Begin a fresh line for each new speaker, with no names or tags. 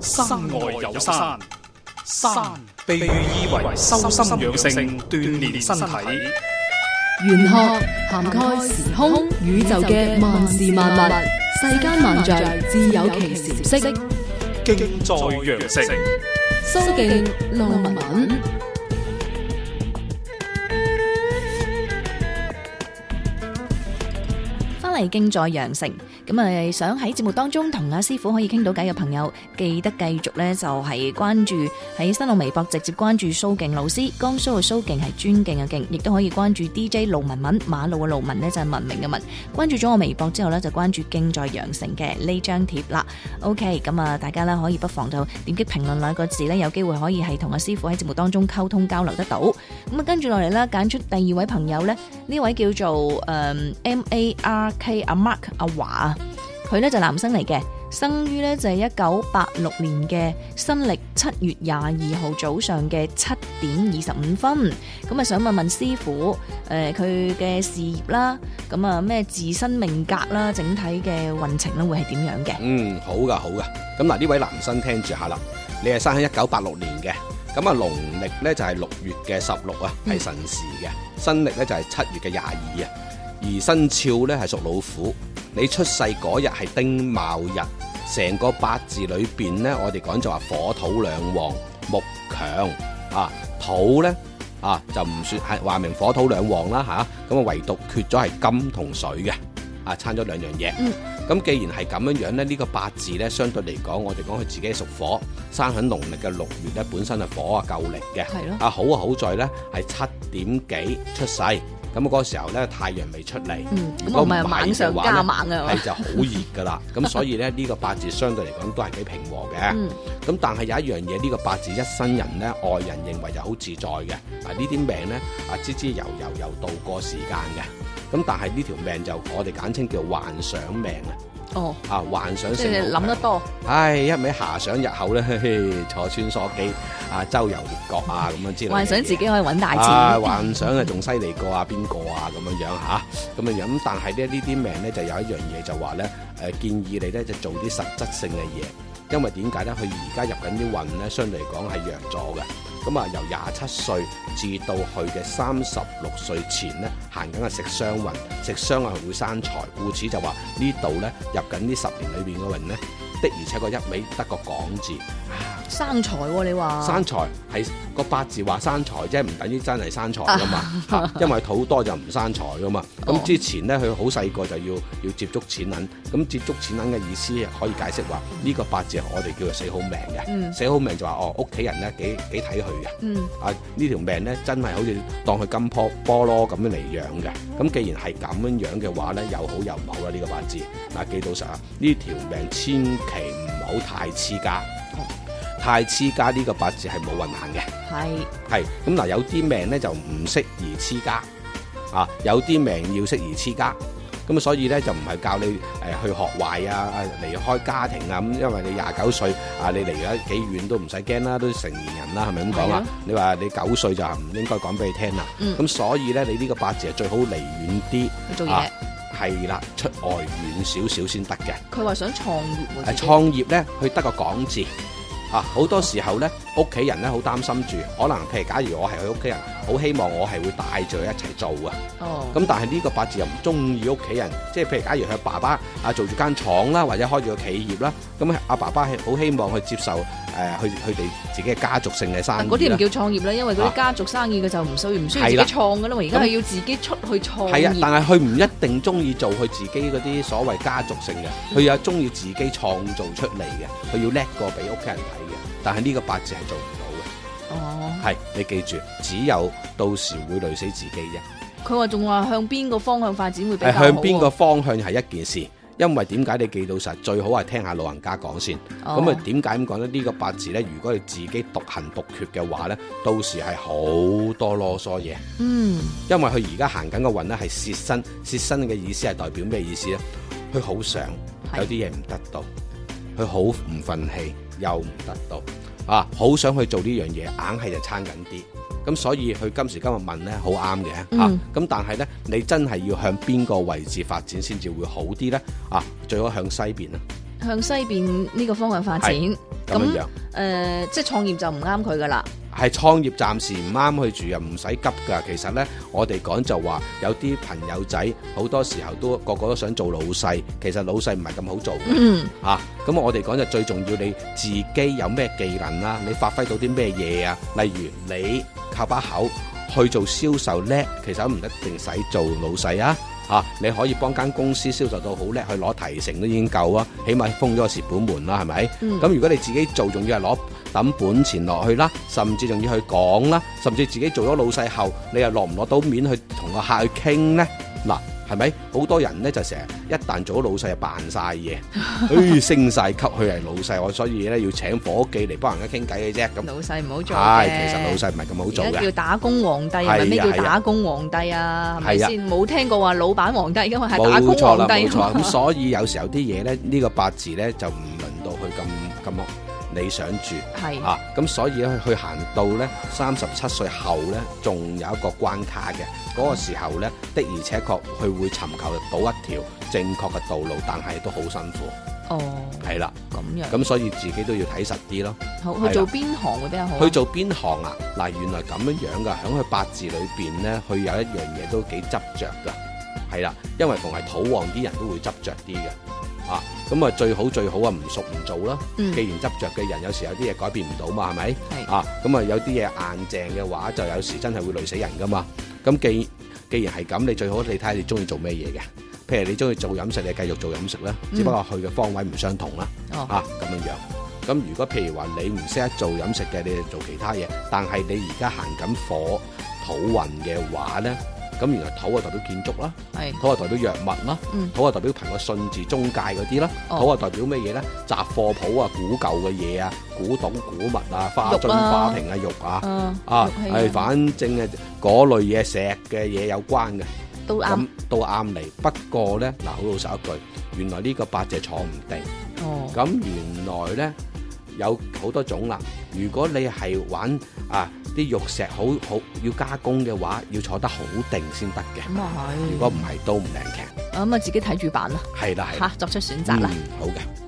山外有山，山被喻意為修心養性、鍛鍊身體。
玄學涵蓋時空宇宙嘅萬事萬物，世間萬象自有其時色。
敬在羊城，
蘇敬路文。
翻嚟敬在羊城，咁啊想喺節目當中同阿師傅可以傾到偈嘅朋友，記得繼續呢就係關注喺新浪微博直接關注蘇敬老師，江蘇嘅蘇敬係尊敬嘅敬，亦都可以關注 DJ 路文文，馬路嘅路文呢就係文明嘅文。關注咗我微博之後呢，就關注敬在羊城嘅呢張貼啦。OK，咁啊大家呢可以不妨就點擊評論兩個字呢，有機會可以係同阿師傅喺節目當中溝通交流得到。咁啊跟住落嚟啦，揀出第二位朋友呢。呢位叫做誒、嗯 M A R K 阿 Mark 阿華啊，佢呢就男生嚟嘅，生於呢就係一九八六年嘅新歷七月廿二號早上嘅七點二十五分。咁啊，想問問師傅誒佢嘅事業啦，咁啊咩自身命格啦，整體嘅運程咧會係點樣嘅？
嗯，好噶，好噶。咁嗱，呢位男生聽住下啦，你係生喺一九八六年嘅，咁啊農曆呢就係六月嘅十六啊，係辰時嘅，新曆呢就係七月嘅廿二啊，而生肖呢係屬老虎，你出世嗰日係丁卯日，成個八字裏邊呢，我哋講就話火土兩旺，木強啊，土呢。啊，就唔算係話明火土兩旺啦吓，咁啊唯獨缺咗係金同水嘅，啊差咗兩樣嘢。咁既然係咁樣樣咧，呢、個八字咧相對嚟講，我哋講佢自己係屬火，生喺農曆嘅六月咧，本身係火啊夠力嘅。
係咯
啊好啊好在咧係七點幾出世，咁嗰個時候咧太陽未出嚟。
嗯，
如
咁
果
我
唔
咪
係
猛上
嘅話
加
呢
猛啊！
係就好熱 㗎啦，咁所以咧呢、個八字相對嚟講都係幾平和嘅。
嗯
咁但係有一樣嘢，呢、個八字一生人呢，外人認為就好自在嘅。啊，呢啲命呢，啊，滋滋悠悠又度過時間嘅。咁但係呢條命就我哋簡稱叫幻想命啊！
哦，
啊，幻想
即
性
係你
好
諗得
強
多，
唉，一味遐想日後呢，嘿嘿坐穿梭機啊，周遊列國啊，咁樣之類嘅嘢。
幻想自己可以揾大
啊，
錢。
幻想啊，仲犀利過啊，邊個啊咁樣樣嚇，咁樣樣。咁但係咧，呢啲命咧就有一樣嘢就話咧，誒、建議你咧就做啲實質性嘅嘢，因為點解咧？佢而家入緊啲運咧，相對嚟講係弱咗嘅。咁啊，由廿七歲至到佢嘅三十六歲前咧，行緊係食傷運，食傷運係會生財，故此就話呢度咧入緊呢十年裏邊嘅運咧，的而且確一味得個講字。
生財喎、你話？
生財係個八字話生財啫，唔等於真係生財噶嘛、啊因為土多就唔生財噶嘛。咁、
哦
之前咧，佢好細個就要要接觸錢銀，咁接觸錢銀嘅意思可以解釋話呢、個八字係我哋叫做死好命嘅，
嗯
死好命就話哦屋企人咧幾幾睇佢嘅。
嗯，
啊！呢條命咧，真係好似當佢金坡菠蘿咁樣嚟養嘅。咁既然係咁樣樣嘅話咧，又好又唔好啦。呢、個八字嗱，記到實啊！呢條命千祈唔好太黐家，太黐家呢個八字係冇運行嘅。
係
係咁嗱，有啲命咧就唔適宜黐家啊，有啲命要適宜黐家。咁所以咧就唔係教你誒、去學壞啊，啊離開家庭啊咁，因為你廿九歲啊，你離咗幾遠都唔使驚啦，都成年人啦，係咪咁講
係
啊
啊？
你話你九歲就唔應該講俾你聽啦。
嗯
咁、所以咧，你呢個八字係最好離遠啲，
去做嘢
啊。係啦，出外遠少少先得嘅。
佢話想創業喎。
誒
自己
創業咧，佢得個講字啊！好多時候咧，屋企人咧好擔心住，可能譬如假如我係佢屋企人，好希望我係會帶住佢一齊做啊！
哦，
咁但係呢個八字又唔中意屋企人，即係譬如假如佢爸爸啊做住間廠啦，或者開住個企業啦，咁阿爸爸係好希望去接受誒呃佢佢哋自己嘅家族性嘅生
但
意啦
哦嗰啲唔叫創業啦，因為嗰啲
啊
家族生意嘅就唔需要唔需要自
係
己
啦
創噶啦嘛，而家係要自己出去創
係啊，
業。
但係佢唔一定中意做佢自己嗰啲所謂家族性嘅，佢又中意自己創造出嚟嘅，佢要叻過俾屋企人睇嘅。但係呢個八字係做唔到
哦，
嘅，係你記住，只有到時會累死自己啫。
佢話仲話向邊個方向發展會比較
係
好啊哦喎
向邊個？方向係一件事，因為點解你記到實？最好係聽下老人家講先。咁啊
哦，
點解咁講呢？呢、個八字呢，如果你自己獨行獨缺嘅話呢，到時係好多囉嗦嘢。
嗯，
因為佢而家行緊嘅運咧係蝕身，蝕身嘅意思係代表咩意思咧？佢好想
係
有啲嘢唔得到，佢好唔憤氣又唔得到，啊，好想去做呢樣嘢，硬係就撐緊啲。咁所以佢今時今日問咧好啱嘅嚇，
嗯
啊咁、但係咧你真係要向邊個位置發展先至會好啲咧？啊，最好向西邊啊！
向西邊呢個方向發展。
Đúng rồi, bởi vì nếu bạn đi về phía Tây, bạn sẽ không thể phát triển được 咁樣樣。
誒，呃即係創業就唔啱佢噶啦。
係創業暫時唔啱去住，又唔使急㗎。其實呢，我哋講就話有啲朋友仔好多時候都個個都想做老細，其實老細唔係咁好做嘅
嗯，
啊。咁我哋講就最重要，你自己有咩技能啦、你發揮到啲咩嘢啊？例如你靠把口去做銷售叻，其實都唔一定使做老細啊。啊！你可以幫間公司銷售到好叻，去攞提成都已經夠啊，起碼封咗個蝕本門啦，係咪？
嗯
咁如果你自己做，仲要係攞抌本錢落去啦，甚至仲要去講啦，甚至自己做咗老細後，你又落唔落到面去同個客去傾呢？嗱，係咪好多人呢就成日一旦做咗老細就扮晒 嘢，唉、升晒級佢係老細，我所以呢要請伙計嚟幫人家傾偈嘅啫。咁
老細唔好做
係
嘅。
其實老細唔係咁好做
而家
嘅，
叫打工皇帝，
係啊
係咪咩叫
係啊
打工皇帝啊？係咪
係啊
先？冇聽過話老闆皇帝噶嘛，係打工
冇錯啦，
皇
冇
帝。啊
錯。咁所以有時候啲嘢呢，呢、個八字呢就唔輪到佢咁咁理想住。
係
啊，咁所以咧，佢行到咧三十七歲後咧，仲有一個關卡嘅。嗰、個時候咧，的而且確佢會尋求到一條正確嘅道路，但係都好辛苦，
哦，
係啦。
咁樣。
咁所以自己都要睇實啲咯。
好，
係啦
去做邊行會比較好啊？
去做邊行啊？嗱，原來咁樣樣噶，喺佢八字裏邊咧，佢有一樣嘢都幾執着噶，係啦，因為逢係土旺啲人都會執着啲嘅，啊，咁啊最好最好啊唔熟唔做啦。
嗯
既然執着嘅人有時有啲嘢改變唔到嘛，係咪？
係
啊，咁啊有啲嘢硬淨嘅話，就有時真係會累死人噶嘛。咁既既然係咁，你最好你睇下你中意做咩嘢嘅。譬如你中意做飲食，你繼續做飲食啦，
嗯
只不過去嘅方位唔相同啦。
哦
啊，咁樣樣。咁如果譬如話你唔識得做飲食嘅，你就做其他嘢。但係你而家行緊火土運嘅話呢，咁原來土啊代表建築啦，
係
土啊代表藥物啦，
嗯
土啊代表憑個信字中介嗰啲啦，
哦
土啊代表咩嘢呢？雜貨鋪啊、古舊嘅嘢啊、古董古物啊、花
肉
樽、
啦
花瓶啊、玉啊。
啊
啊，
玉器
係，反正誒嗰類嘢石嘅嘢有關嘅，
都啱
咁都啱你。不過呢，嗱，好老實一句，原來呢個八隻坐唔定。
哦。
咁原來呢，有好多種啦。如果你係玩啊啲玉石好好要加工嘅話，要坐得好定先得嘅。
咁啊係。
如果唔係都唔靚劇。
咁啊，自己睇住辦啦，
係啦，係
嚇啊
啦，
作出選擇啦。
嗯好嘅。